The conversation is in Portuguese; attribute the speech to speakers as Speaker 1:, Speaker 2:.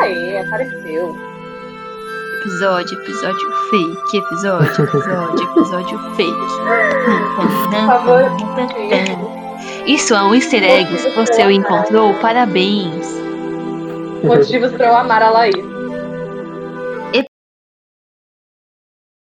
Speaker 1: Quem apareceu?
Speaker 2: Episódio, episódio fake, episódio, episódio, episódio fake. Isso é um easter egg. Se você o encontrou, parabéns.
Speaker 1: Motivos pra eu amar a Laís.